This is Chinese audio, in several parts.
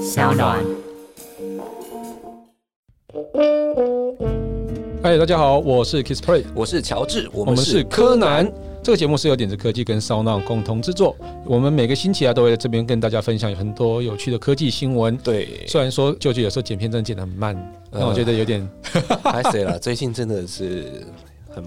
小暖。嗨，哎大家好，我是 Kiss Play，我是乔治，我我们是柯南。这个节目是由点子科技跟 s o u n 共同制作，我们每个星期啊都会在这边跟大家分享很多有趣的科技新闻。对，虽然说舅舅有时候剪片真的剪得很慢，但我觉得有点 拍谁了？最近真的是很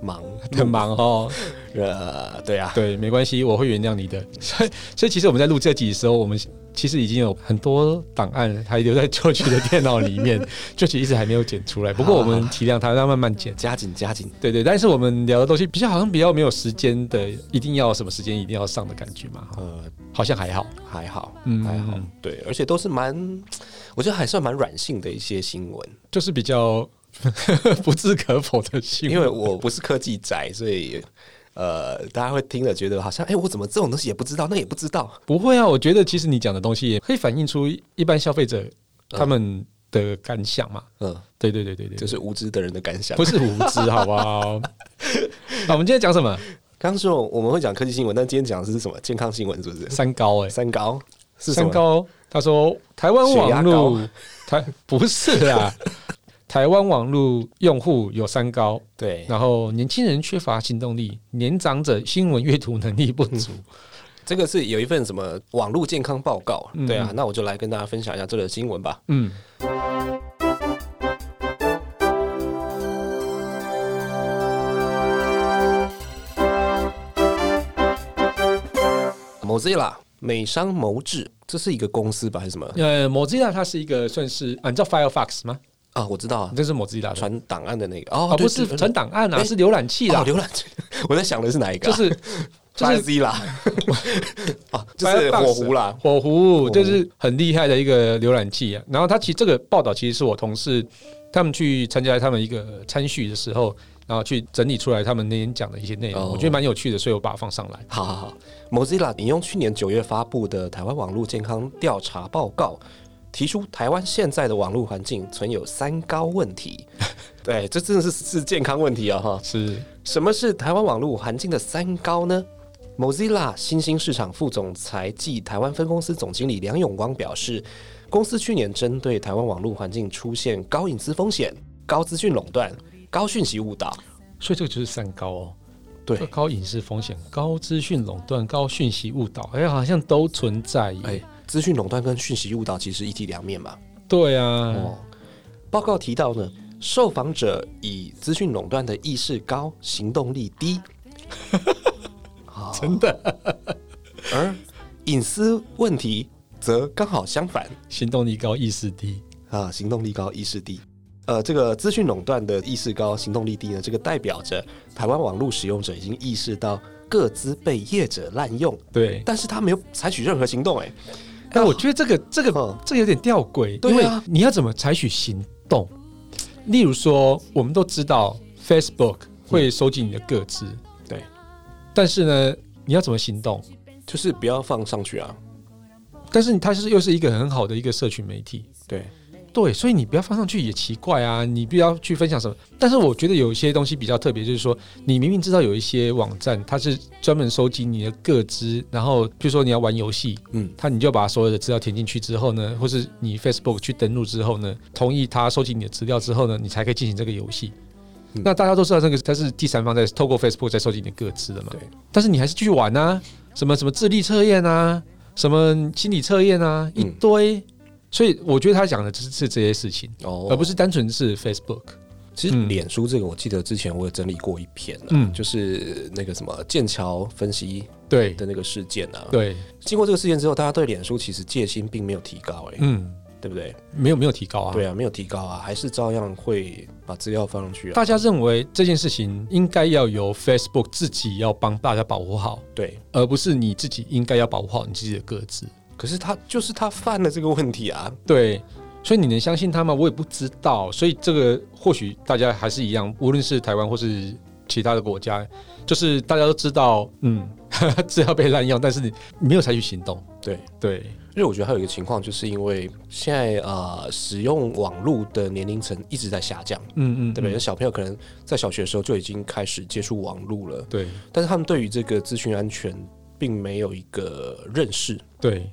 忙， 很忙 哦。 呃，对啊，对，没关系，我会原谅你的。所以，所以其实我们在录这集的时候，我们其实已经有很多档案还留在舅舅的电脑里面，舅舅一直还没有剪出来。不过我们体谅他，让他慢慢剪。加紧加紧，对对，但是我们聊的东西比较好像比较没有时间的，一定要什么时间一定要上的感觉嘛，呃，好像还好。还好，嗯还好，对，而且都是蛮，我觉得还算蛮软性的一些新闻，就是比 较不置可否的新闻。因为我不是科技宅，所以。呃，大家会听了觉得好像，哎、我怎么这种东西也不知道，那也不知道，不会啊，我觉得其实你讲的东西也可以反映出一般消费者他们的感想嘛。嗯，对对对对对，就就是是无知的人的感想。不是无知，好不 好？那我们今天讲什么？刚刚说我们会讲科技新闻，但今天讲的是什么？健康新闻是不是？三高哎、三高是什三么？高。他说台湾网血路台不是啦，台湾网路用户有三高，对，然后年轻人缺乏行动力，年长者新闻阅读能力不足。 这个是有一份什么网络健康报告，嗯对啊，那我就来跟大家分享一下这个新闻吧。嗯， Mozilla 美商谋智，这是一个公司吧还是什么呃，Mozilla 它是一个算是啊，你知道 Firefox 吗？啊？我知道啊，这是 Mozilla 的。传档案的那个哦，哦，不是传档案啊，诶是浏览器档啦哦，，浏览器， 我在想的是哪一个就啊？ 是就是 Mozilla 啊，就是火狐啦，火狐狐就是很厉害的一个浏览器啊。然后它其实这个报道其实是我同事他们去参加他们一个参叙的时候，然后去整理出来他们那天讲的一些内容，哦我觉得蛮有趣的，所以我把它放上来。好好好，Mozilla 引用去年九月发布的台湾网络健康调查报告，提出台湾现在的网络环境存有三高问 题。对，这真的是是健康问题啊、哈！是什么是台湾网络环境的三高呢？Mozilla 新兴市场副总裁暨台湾分公司总经理梁永光表示，公司去年针对台湾网络环境出现高隐私风险、高资讯垄断、高讯息误导。所以这个就是三高哦，对，高隐私风险、高资讯垄断、高讯息误导，哎，好像都存在耶。哎，资讯垄断跟讯息误导其实一体两面嘛。对啊，哦，报告提到呢，受访者以资讯垄断的意识高，行动力低，真的 而隐私问题则刚好相反行动力高，意识低。啊，行动力高，意识低。呃，这个资讯垄断的意识高，行动力低呢，这个代表着台湾网络使用者已经意识到各自被业者滥用，对，但是他没有采取任何行动、哎，哎，我觉得这个这个、嗯这个有点吊诡，因对为啊你要怎么采取行动？例如说，我们都知道 Facebook 嗯会收集你的个资，对，但是呢，你要怎么行动？就是不要放上去啊，但是它是又是一个很好的一个社群媒体，对，对，所以你不要放上去也奇怪啊，你不要去分享什么。但是我觉得有一些东西比较特别，就是说你明明知道有一些网站它是专门收集你的个资，然后比如说你要玩游戏，嗯，它你就把所有的资料填进去之后呢，或是你 Facebook 去登录之后呢，同意它收集你的资料之后呢，你才可以进行这个游戏。嗯那大家都知道这个它是第三方在透过 Facebook 在收集你的个资的嘛，对，但是你还是继续玩啊，什么什么智力测验啊，什么心理测验啊，一嗯堆。所以我觉得他讲的是是这些事情，哦而不是单纯是 Facebook。其实嗯脸书这个，我记得之前我有整理过一篇、啊，嗯就是那个什么剑桥分析对的那个事件啊。，对，经过这个事件之后，大家对脸书其实戒心并没有提高、欸，哎、嗯，对不对？没有没有提高啊。对啊，没有提高啊，还是照样会把资料放上去啊。大家认为这件事情应该要由 Facebook 自己要帮大家保护好，对，而不是你自己应该要保护好你自己的个子。可是他就是他犯了这个问题啊。对，所以你能相信他吗？我也不知道。所以这个或许大家还是一样，无论是台湾或是其他的国家，就是大家都知道，嗯， 资料被滥用，但是你没有采取行动。对，对，因为我觉得还有一个情况，就是因为现在呃，使用网络的年龄层一直在下降，嗯嗯，对不对？小朋友可能在小学的时候就已经开始接触网络了，对但是他们对于这个资讯安全并没有一个认识。对，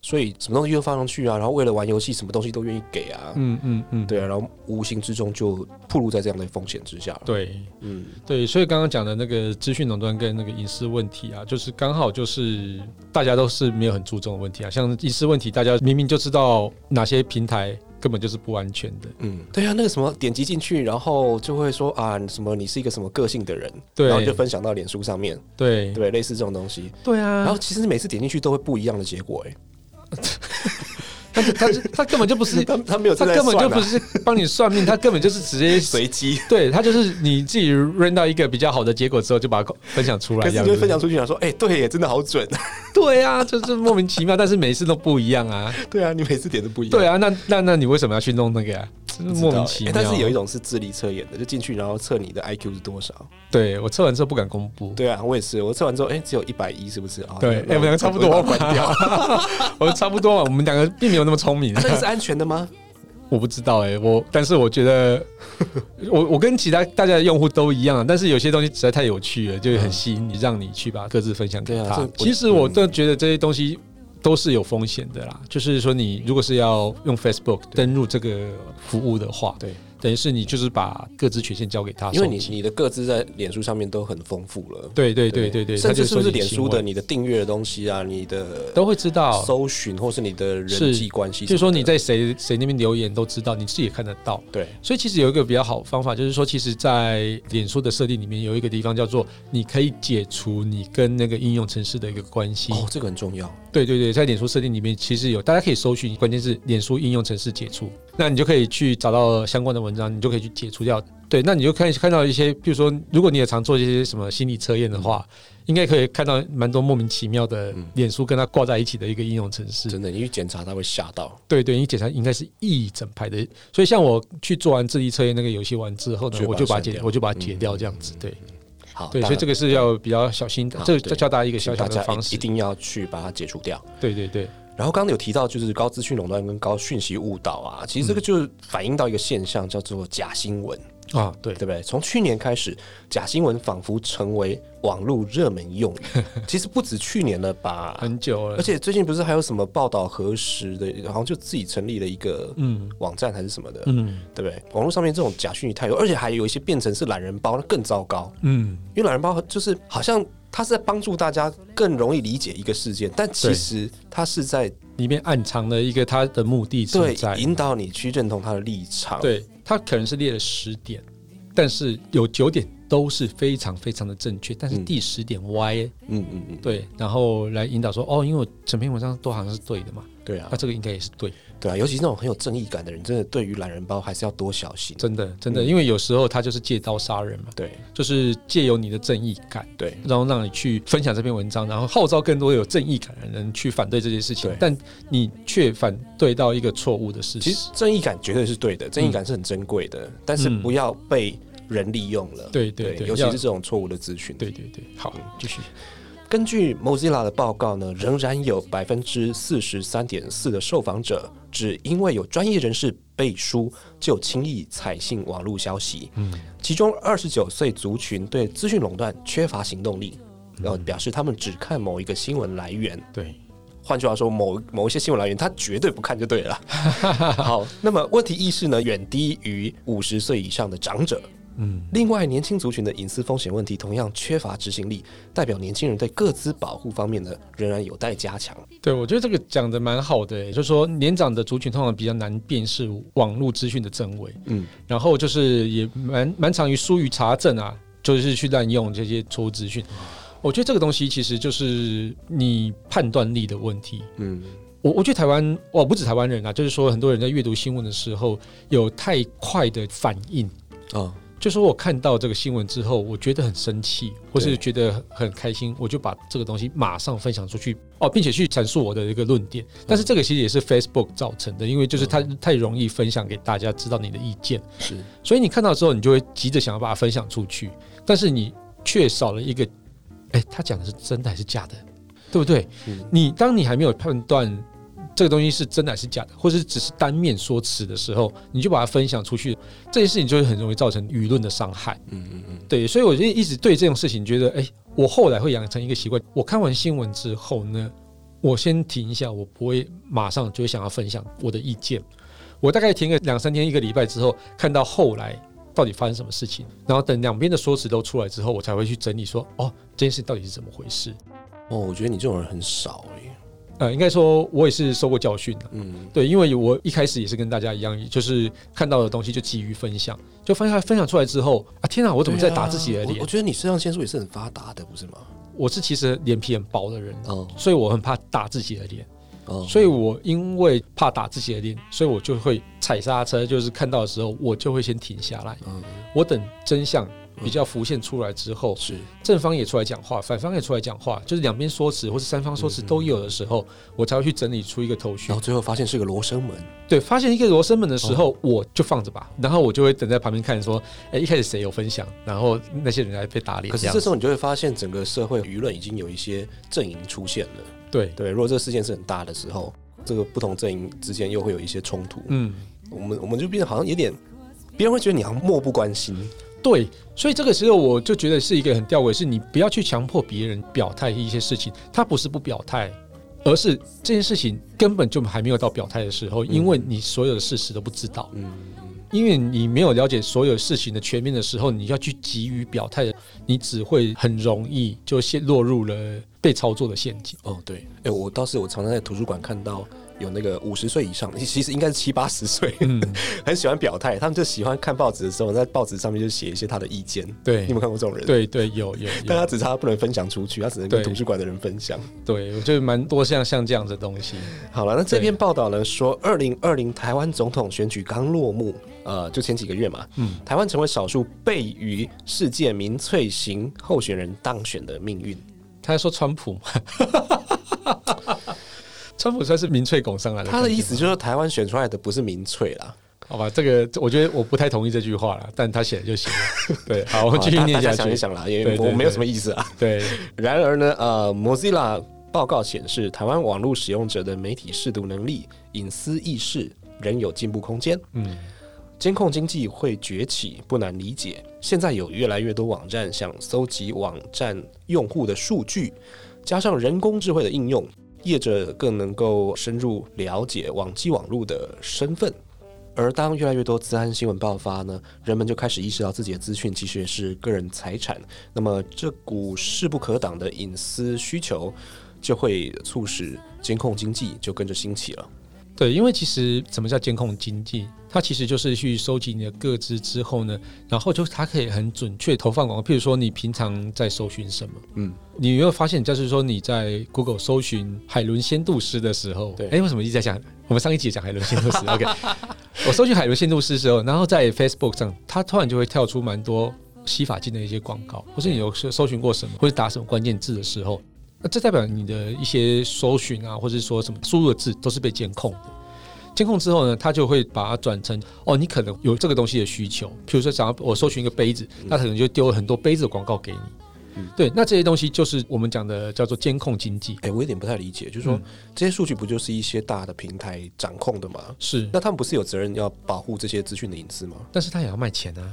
所以什么东西都放上去啊，然后为了玩游戏，什么东西都愿意给啊，嗯嗯嗯，对啊，然后无形之中就暴露在这样的风险之下了。对嗯，对，所以刚刚讲的那个资讯垄断跟那个隐私问题啊，就是刚好就是大家都是没有很注重的问题啊，像隐私问题，大家明明就知道哪些平台根本就是不安全的，嗯，对啊，那个什么点击进去，然后就会说啊，什么你是一个什么个性的人，然后就对分享到脸书上面，对对，类似这种东西。对啊，然后其实每次点进去都会不一样的结果、欸，他就他就他根本就不是哎， 他他没有他正在根本算就啊不是帮你算命，他根本就是直接。 随机，对他就是你自己 run 到一个比较好的结果之后，就把它分享出来，可这是样就子分享出去，想说，哎、对耶，真的好准， 对啊，就是莫名其妙，但是每次都不一样啊。对啊，你每次点都不一样，对啊，啊，那那那你为什么要去弄那个、啊？真是莫名其妙。欸但是有一种是智力测验的，就进去然后测你的 IQ 是多少。对我测完之后不敢公布。对啊，我也是，我测完之后，哎、只有一百一，是不是啊？对，哎、那我们两个差不多，我我把它关掉。掉。我差不多嘛，我们两个并没有那么聪明。 那个是安全 的吗？我不知道哎、我但是我觉得， 我我跟其他大家的用户都一样啊，但是有些东西实在太有趣了，就很吸引你，让你去把各自分享给对啊他。这我其实我真的觉得这些东西。都是有风险的啦，就是说你如果是要用 Facebook 登录这个服务的话，对，等于是你就是把各自权限交给他，因为你手机你的各自在脸书上面都很丰富了。对对对对对，他甚就至是不说是你脸书行的为你的订阅的东西啊，你的都会知道，搜寻或是你的人是际关系什么的，就是说你在谁谁那边留言都知道，你自己也看得到。对所以其实有一个比较好的方法，就是说，其实，在脸书的设定里面有一个地方叫做，你可以解除你跟那个应用程式的一个关系。哦，这个很重要。对对对，在脸书设定里面其实有，大家可以搜寻，关键是脸书应用程式解除，那你就可以去找到相关的文章，你就可以去解除掉。对，那你就看看到一些，比如说，如果你也常做一些什么心理测验的话，应该可以看到蛮多莫名其妙的脸书跟它挂在一起的一个应用程式。真的，你去检查他会吓到，对对，你检查应该是一整排的，所以像我去做完智力测验那个游戏完之后呢就，把它我就把它删解，掉嗯我就把它解掉这样子。对好，对，当所以然这个是要比较小心的好，这对这教大家一个请小小大的家方一式一。定要去把它解除掉。对对对然后刚刚有提到就是高资讯垄断跟高讯息误导啊，其实嗯这个就反映到一个现象，叫做假新闻，啊，对对不对？从去年开始，假新闻仿佛成为网络热门 用语。其实不止去年了吧，很久而了，且最近不是还有什么报道核实的，好像就自己成立了一个嗯网站还是什么的，嗯对不对？网络上面这种假讯息太多，而且还有一些变成是懒人包，那更糟糕。嗯，因为懒人包就是好像它是在帮助大家更容易理解一个事件，但其对实它是在里面暗藏了一个它的目的对存在。引导你去认同他的立场。，对，它可能是列了十点，但是有九点都是非常非常的正确，但是嗯第十点歪，嗯嗯嗯，对，然后来引导说，哦，因为我整篇文章都好像是对的嘛，对啊那，这个应该也是对的。对啊，尤其是那种很有正义感的人，真的对于懒人包还是要多小心。真的，真嗯的，因为有时候他就是借刀杀人嘛，对就是借由你的正义感，对然后让你去分享这篇文章，然后号召更多有正义感的人去反对这件事情对，但你却反对到一个错误的事其实实。正义感绝对是对的，正义感是很珍贵的，但是不要被人利用了。嗯对对对尤其要是这种错误的资讯。对对对，好，嗯继续。根据 Mozilla 的报告呢，仍然有百分之四十三点四的受访者只因为有专业人士背书就轻易采信网络消息。嗯，其中二十九岁族群对资讯垄断缺乏行动力，然后表示他们只看某一个新闻来源。对，换句话说，某某一些新闻来源，他绝对不看就对了。好，那么问题意识呢，远低于五十岁以上的长者。嗯，另外，年轻族群的隐私风险问题同样缺乏执行力，代表年轻人对各自保护方面呢，仍然有待加强。对，我觉得这个讲的蛮好的、就是说年长的族群通常比较难辨识网络资讯的真伪，嗯，然后就是也蛮蛮常于疏于查证啊，就是去滥用这些错误资嗯讯。我觉得这个东西其实就是你判断力的问题。嗯，我我觉得台湾，哦，不止台湾人啊，就是说很多人在阅读新闻的时候有太快的反应，哦，就说我看到这个新闻之后，我觉得很生气，或对是觉得很开心，我就把这个东西马上分享出去哦，并且去阐述我的一个论点。但是这个其实也是 Facebook 造成的，因为就是它太容易分享给大家知道你的意见，嗯是，所以你看到之后，你就会急着想要把它分享出去，但是你却少了一个，哎、他讲的是真的还是假的，对不对？嗯你当你还没有判断这个东西是真的还是假的，或是只是单面说辞的时候，你就把它分享出去，这件事情就会很容易造成舆论的伤害。嗯嗯嗯，对，所以我就一直对这种事情觉得，哎、我后来会养成一个习惯，我看完新闻之后呢，我先停一下，我不会马上就会想要分享我的意见。我大概停个两三天、一个礼拜之后，看到后来到底发生什么事情，然后等两边的说辞都出来之后，我才会去整理说，哦，这件事到底是怎么回事。哦，我觉得你这种人很少哎、呃，应该说我也是受过教训啊的。嗯，对，因为我一开始也是跟大家一样，就是看到的东西就急于分享，就分享分享出来之后啊，天啊，我我怎么在打自己的脸？我觉得你肾上腺素也是很发达的，不是吗？我是其实脸皮很薄的人，哦所以我很怕打自己的脸，哦，所以我因为怕打自己的脸，所以我就会踩刹车，就是看到的时候我就会先停下来，嗯我等真相比较浮现出来之后，是正方也出来讲话，反方也出来讲话，就是两边说辞或是三方说辞嗯都有的时候，我才会去整理出一个头绪然后。最后发现是个罗生门，对，发现一个罗生门的时候，哦我就放着吧，然后我就会等在旁边看，说，哎、一开始谁有分享，然后那些人来被打脸可这是样。这时候你就会发现整个社会舆论已经有一些阵营出现了。对，对，如果这个事件是很大的时候，这个不同阵营之间又会有一些冲突，嗯，我们我们就变得好像有点，别人会觉得你好像漠不关心。对，所以这个时候我就觉得是一个很吊诡，是你不要去强迫别人表态一些事情，他不是不表态，而是这件事情根本就还没有到表态的时候，因为你所有的事实都不知道，嗯，嗯因为你没有了解所有事情的全面的时候，你要去急于表态，你只会很容易就陷落入了被操作的陷阱。哦对，哎、我倒是我常常在图书馆看到有那个五十岁以上的，其实应该是七八十岁，嗯， 很喜欢表态，他们就喜欢看报纸的时候，在报纸上面就写一些他的意见。你对有没。有看过这种人？，对对，有有但他有，只差不能分享出去，他只能跟对图书馆的人分享。对我觉得蛮多像像这样子的东西。好了，那这篇报道呢说，二零二零台湾总统选举刚落幕，呃，就前几个月嘛，嗯台湾成为少数被于世界民粹型候选人当选的命运。他说川普嘛，川普算是民粹拱上来的感觉他吗，的意思就是说台湾选出来的不是民粹啦，好吧？这个我觉得我不太同意这句话了，但他写了就行了。对，好，我们继续好念呃下大大家想一去。想啦，因对为对我没有对什么意思啊。对，然而呢，呃，Mozilla 报告显示，台湾网络使用者的媒体试读能力、隐私意识仍有进步空间。嗯，监控经济会崛起，不难理解。现在有越来越多网站想搜集网站用户的数据，加上人工智慧的应用，业者更能够深入了解网际网络的身份。而当越来越多治安新闻爆发呢，人们就开始意识到自己的资讯其实也是个人财产。那么这股势不可挡的隐私需求，就会促使监控经济就跟着兴起了。对，因为其实什么叫监控经济？它其实就是去收集你的个资之后呢，然后就它可以很准确投放广告。譬如说，你平常在搜寻什么？嗯，你有没有发现，就是说你在 Google 搜寻海伦仙度师的时候，对哎、为什么一直在讲？我们上一集也讲海伦仙度师，OK？我搜寻海伦仙度师的时候，然后在 Facebook 上，它突然就会跳出蛮多洗发精的一些广告，或是你有搜搜寻过什么，或者打什么关键字的时候，那这代表你的一些搜寻啊，或者说什么输入的字都是被监控的。监控之后呢，它就会把它转成哦，你可能有这个东西的需求，譬如说想要我搜寻一个杯子，嗯它可能就丢了很多杯子的广告给你。对，那这些东西就是我们讲的叫做监控经济，哎、我有点不太理解，就是说、嗯这些数据不就是一些大的平台掌控的吗？是，那他们不是有责任要保护这些资讯的隐私吗？但是他也要卖钱啊，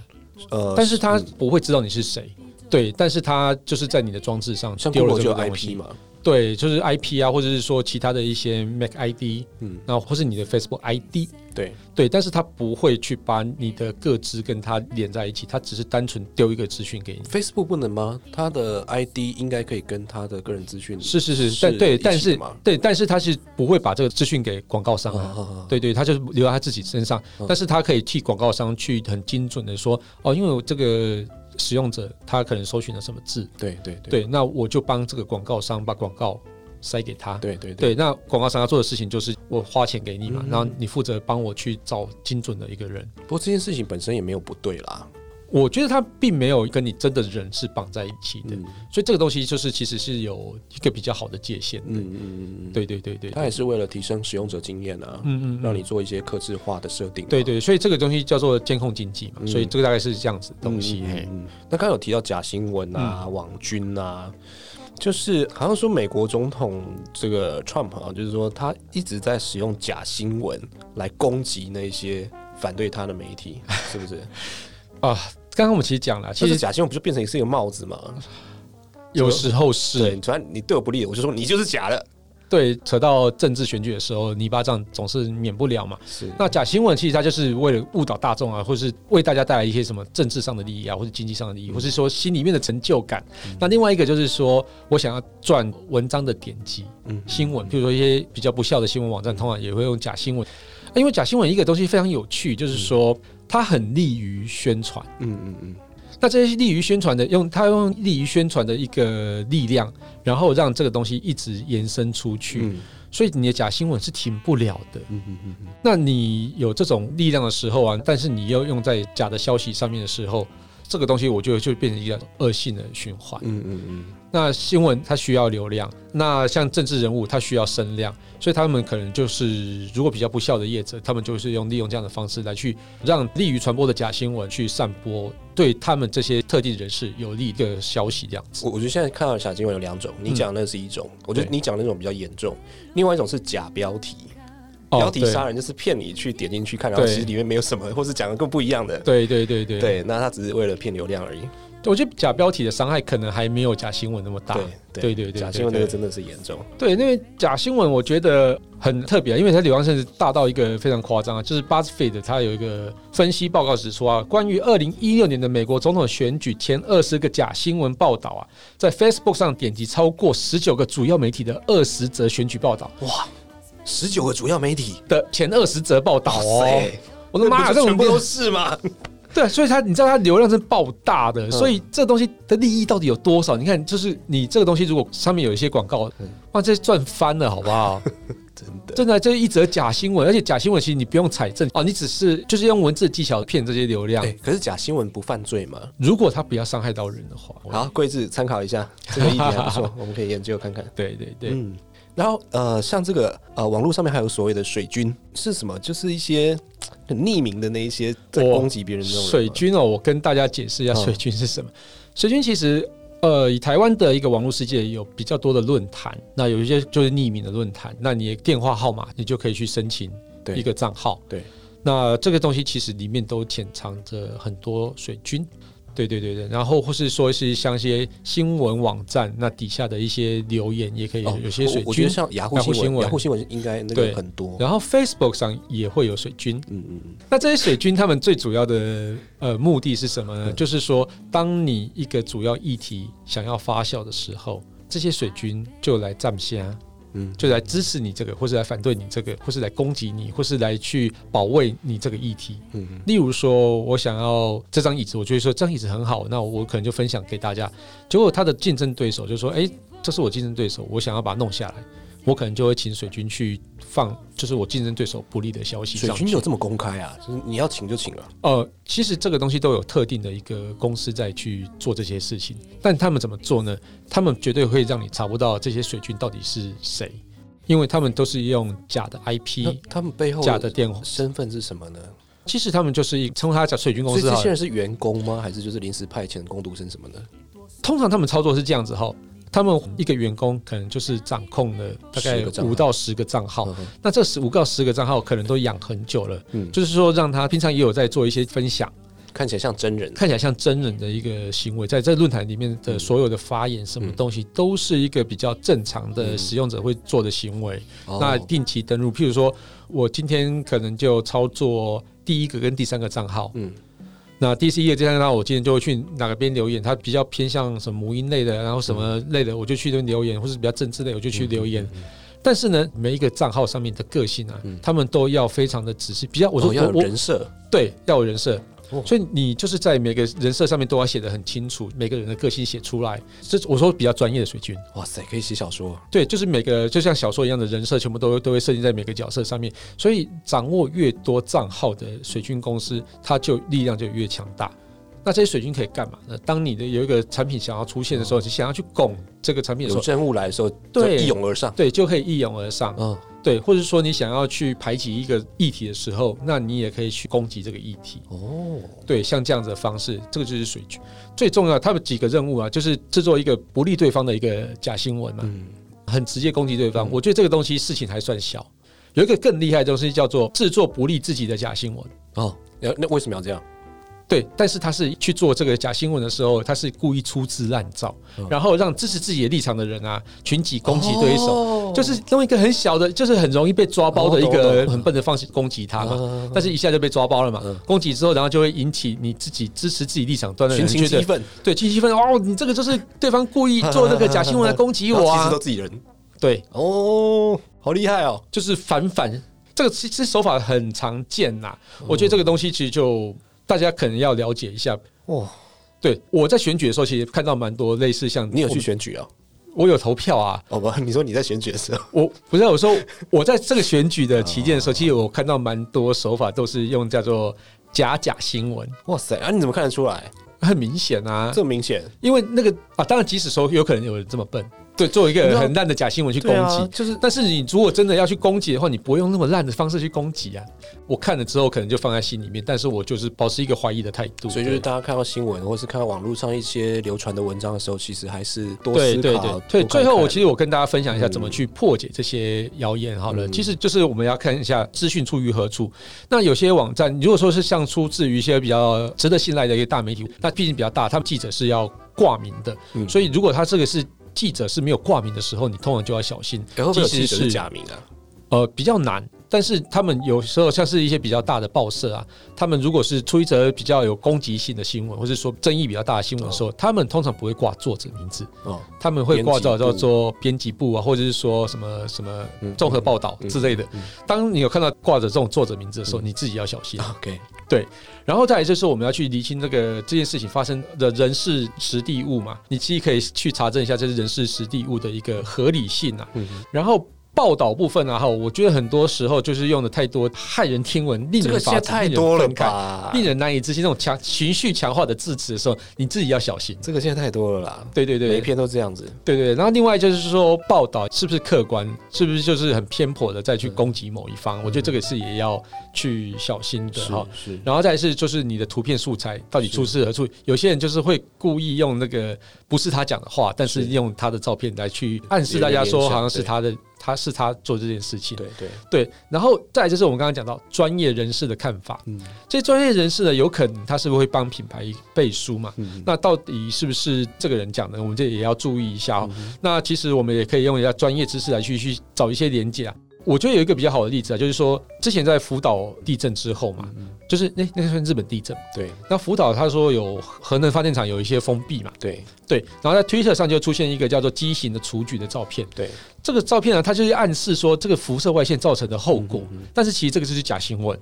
呃，但是他嗯不会知道你是谁，对，但是他就是在你的装置上像丢了 Google 这就个有东 IP 西，嘛，对，就是 IP 啊，或者是说其他的一些 Mac ID，嗯，然后或是你的 Facebook ID，对，对，但是他不会去把你的个资跟它连在一起，他只是单纯丢一个资讯给你。 Facebook 不能吗？他的 ID 应该可以跟他的个人资讯是是是，是但对，一起但的是嘛对，但是他是不会把这个资讯给广告商啊。啊，对对，他就是留在他自己身上，哦但是他可以替广告商去很精准的说，哦，因为我这个使用者他可能搜寻了什么字，对对对对，那我就帮这个广告商把广告塞给他。对对对，那广告商要做的事情就是我花钱给你嘛，嗯然后你负责帮我去找精准的一个人。不过这件事情本身也没有不对啦，我觉得他并没有跟你真的人是绑在一起的，嗯所以这个东西就是其实是有一个比较好的界限。嗯嗯嗯嗯，对对对对，他也是为了提升使用者经验啊，嗯嗯嗯让你做一些克制化的设定啊嘛，对对，所以这个东西叫做监控经济嘛，所以这个大概是这样子的东西。嗯嘿嗯嗯那刚刚有提到假新闻啊、嗯网军啊，就是好像说美国总统这个 Trump 啊，就是说他一直在使用假新闻来攻击那些反对他的媒 体，是不是？啊，刚刚我们其实讲了，其其实实假新闻不就变成是一个帽子吗？有时候对，是你突然你对我不利，我就说你就是假的。对扯到政治选举的时候，泥巴仗总是免不了嘛。是那假新闻其实它就是为了误导大众啊，或是为大家带来一些什么政治上的利益啊，或是经济上的利益，或是说心里面的成就感。那另外一个就是说我想要赚文章的点击，嗯新闻，譬如说一些比较不孝的新闻网站，通常也会用假新闻。啊因为假新闻一个东西非常有趣，就是说它很利于宣传。嗯嗯嗯，那这些利于宣传的，用它用利于宣传的一个力量，然后让这个东西一直延伸出去，嗯所以你的假新闻是停不了的。嗯嗯嗯嗯，那你有这种力量的时候啊，但是你又用在假的消息上面的时候，这个东西我觉得就变成一个恶性的循环。嗯嗯嗯那新闻它需要流量，那像政治人物他需要声量，所以他们可能就是如果比较不孝的业者，他们就是用利用这样的方式来去让利于传播的假新闻去散播对他们这些特定人士有利的消息，这样子。我我觉得现在看到的假新闻有两种，你讲的那是一种，我觉得对你讲的那种比较严重，另外一种是假标题，标题杀人就是骗你去点进去看，然后哦对其实里面没有什么，或是讲的更不一样的，对对对对对，对，那他只是为了骗流量而已，我觉得假标题的伤害可能还没有假新闻那么大。对对对对对假新闻那个对真的是严重，对，因为假新闻我觉得很特别，因为它流量甚至大到一个非常夸张啊，就是 BuzzFeed 它有一个分析报告指出啊，关于二零一六年的美国总统选举前二十个假新闻报道啊，在 Facebook 上点击超过十九个主要媒体的二十则选举报道哇，十九个主要媒体，的前二十则报道哦，塞我的妈呀，那不这是种全部都是吗？ 对，所以它你知道它流量是爆大嗯的，所以这东西的利益到底有多少？你看，就是你这个东西如果上面有一些广告嗯，哇，这赚翻了，好不好？ 真的，真的，这一则假新闻，而且假新闻其实你不用采证哦，你只是就是用文字技巧骗这些流量。哎，可是假新闻不犯罪吗？如果他不要伤害到人的话，好，桂子参考一下，这个议题还 不错，我们可以研究看看。对对对，嗯，然后呃，像这个呃，网络上面还有所谓的水军是什么？就是一些嘖很匿名的那一些在我攻击别人的那种人哦水吗，军哦，我跟大家解释一下嗯水军是什么。水军其实呃，以台湾的一个网络世界有比较多的论坛，那有一些就是匿名的论坛，那你的电话号码你就可以去申请对一个账号。对，那这个东西其实里面都潜藏着很多水军。对对对对，然后或是说是像一些新闻网站，那底下的一些留言也可以有有些水哦我我觉军得，像雅虎雅虎新新闻，闻雅虎新闻应该那个对很多。然后 Facebook 上也会有水军。嗯嗯嗯，那这些水军他们最主要的呃目的是什么嗯呢？就是说，当你一个主要议题想要发酵的时候，这些水军就来站先，嗯嗯，就来支持你这个，或是来反对你这个，或是来攻击你，或是来去保卫你这个议题。嗯嗯，例如说，我想要这张椅子，我就会说这张椅子很好，那我可能就分享给大家。结果他的竞争对手就说：“诶，这是我竞争对手，我想要把它弄下来。”我可能就会请水军去放，就是我竞争对手不利的消息水上去。军有这么公开啊？就是你要请就请了。呃，其实这个东西都有特定的一个公司在去做这些事情，但他们怎么做呢？他们绝对会让你查不到这些水军到底是谁，因为他们都是用假的那 IP、他们背后假的电话。身份是什么呢？其实他们就是一称他叫水军公所以司这好了。些人是员工吗？还是就是临时派遣工读生什么的？通常他们操作是这样子哈，他们一个员工可能就是掌控了大10概个账号五到十个账号，嗯哼那这十五到十个账号可能都养很久了，嗯就是说让他平常也有在做一些分享。看起来像真人。看起来像真人的一个行为，在这论坛里面的嗯所有的发言，什么东西都是一个比较正常嗯的使用者会做的行为。那哦定期登录，譬如说我今天可能就操作第一个跟第三个账号，嗯那第一个、第三个账号，我今天就会去哪个边留言，它比较偏向什么母婴类的，然后什么类的，我就去那边留言，或是比较政治类，我就去留言。嗯但是呢，每一个账号上面的个性啊，他们都要非常的仔细，比较我说哦要我有我人设，对，要有人设哦。所以你就是在每个人设上面都要写得很清楚，每个人的个性写出来。这我说比较专业的水军，哇塞，可以写小说。对，就是每个就像小说一样的人设，全部都都会设定在每个角色上面。所以掌握越多账号的水军公司，它就力量就越强大。那这些水军可以干嘛呢？当你的有一个产品想要出现的时候，你想要去拱这个产品的时有候，任务来的时候，就对一涌而上。对，就可以一拥而上。嗯，对，或者说你想要去排挤一个议题的时候，那你也可以去攻击这个议题。哦，对，像这样子的方式，这个就是水军。最重要，他们几个任务啊，就是制作一个不利对方的一个假新闻嘛，啊嗯，很直接攻击对方。嗯我觉得这个东西事情还算小。有一个更厉害的东西叫做制作不利自己的假新闻。哦，那那为什么要这样？对，但是他是去做这个假新闻的时候，他是故意粗制滥造，嗯然后让支持自己的立场的人啊，群起攻击对手，哦就是用一个很小的，就是很容易被抓包的一哦懂个懂很笨的方式攻击他嘛嗯，但是一下就被抓包了嘛嗯，攻击之后，然后就会引起你自己支持自己立场端的群人情觉激得，愤，对，群情愤哦，你这个就是对方故意做这个假新闻来攻击 我然后其实啊都，自己人对，哦，好厉害哦！就是反反，这个其实手法很常见呐、我觉得这个东西其实就大家可能要了解一下。哇，对我在选举的时候，其实看到蛮多类似像你有我去，选举哦？我有投票啊。哦不， 你说你在选举的时候，我不是我说我在这个选举的期间的时哦候，其实我看到蛮多手法都是用叫做假假新闻，哇塞啊！你怎么看得出来？很明显啊，这么明显，因为那个啊，当然即使说有可能有人这么笨，对，做一你知个道很烂的假新闻去攻对啊击，就是但是你如果真的要去攻击的话，你不会用那么烂的方式去攻击啊。我看了之后可能就放在心里面，但是我就是保持一个怀疑的态度。所以就是对大家看到新闻或是看到网络上一些流传的文章的时候，其实还是多对思对考对。对，多看最后我看其实我跟大家分享一下嗯怎么去破解这些谣言好了。嗯其实就是我们要看一下资讯出于何处。那有些网站，如果说是像出自于一些比较值得信赖的一个大媒体，那毕竟比较大，他们记者是要挂名的，嗯所以如果他这个是记者是没有挂名的时候，你通常就要小心。哎会不会有即使记者是是假名啊？呃比较难，但是他们有时候像是一些比较大的报社啊，他们如果是出一则比较有攻击性的新闻，或是说争议比较大的新闻的时候，他们通常不会挂作者名字，哦，他们会挂编辑到部叫做编辑部啊，或者是说什么什么嗯综合报道嗯之类的。嗯当你有看到挂着这种作者名字的时候，你自己要小心。 OK，然后再来就是我们要去厘清这个这件事情发生的人事实地物嘛，你其实可以去查证一下这是人事实地物的一个合理性啊。嗯然后报道部分啊，哈，我觉得很多时候就是用的太多骇人听闻、令这个人现发在指、太令人多了愤慨吧？令人难以置信那种强情绪强化的字词的时候，你自己要小心。这个现在太多了啦，对对每对一，篇都这样子。对对，然后另外就是说，报道是不是客观，是不是就是很偏颇的再嗯去攻击某一方？我觉得这个是也要去小心的哈。是，然后再来是就是你的图片素材到底出自何处？有些人就是会故意用那个不是他讲的话，但是是用他的照片来去暗示大家有一个联说想好像是对他的，他是他做这件事情。对对，对，然后再来就是我们刚刚讲到专业人士的看法，嗯这些专业人士呢，有可能他是会帮品牌背书嘛？嗯，那到底是不是这个人讲的？我们这也要注意一下嗯哦。那其实我们也可以用一下专业知识来去去找一些连接啊。我觉得有一个比较好的例子啊，就是说之前在福岛地震之后嘛，嗯就是那那个算日本地震，对那福岛他说有核能发电厂有一些封闭嘛，对对，然后在 Twitter 上就出现一个叫做畸形的雏菊的照片，对，这个照片呢，它就是暗示说这个辐射外线造成的后果，嗯嗯嗯但是其实这个就是假新闻，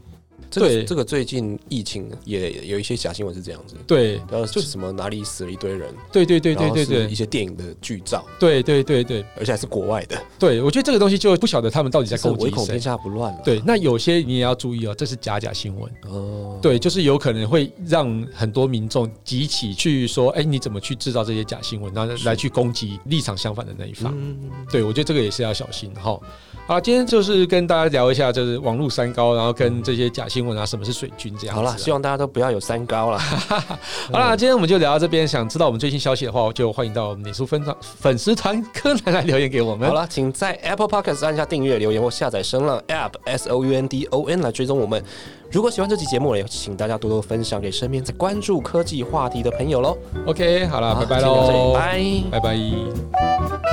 这个对这个最近疫情也有一些假新闻是这样子，对，然后就就是什么哪里死了一堆人，对对对对然后对是一对。些电影的剧照，对对对对而且还是国外的，对，我觉得这个东西就不晓得他们到底在是攻唯击恐谁天。下不乱了。对，那有些你也要注意哦，这是假假新闻。哦，对，就是有可能会让很多民众集体去说，哎，你怎么去制造这些假新闻，然后来去攻击立场相反的那一方。嗯，对，我觉得这个也是要小心哈。好啦，今天就是跟大家聊一下，就是网络三高，然后跟这些假新闻啊，什么是水军这样好子啊。啦，希望大家都不要有三高啦。好啦，今天我们就聊到这边。想知道我们最新消息的话，就欢迎到我们脸书粉团粉丝团柯南来留言给我们好。啦，请在 Apple Podcast 按下订阅、留言或下载声浪 App S O U N D O N 来追踪我们。如果喜欢这期节目呢，也请大家多多分享给身边在关注科技话题的朋友喽。啊 OK，好啦，拜拜今天到这里喽，拜拜。拜。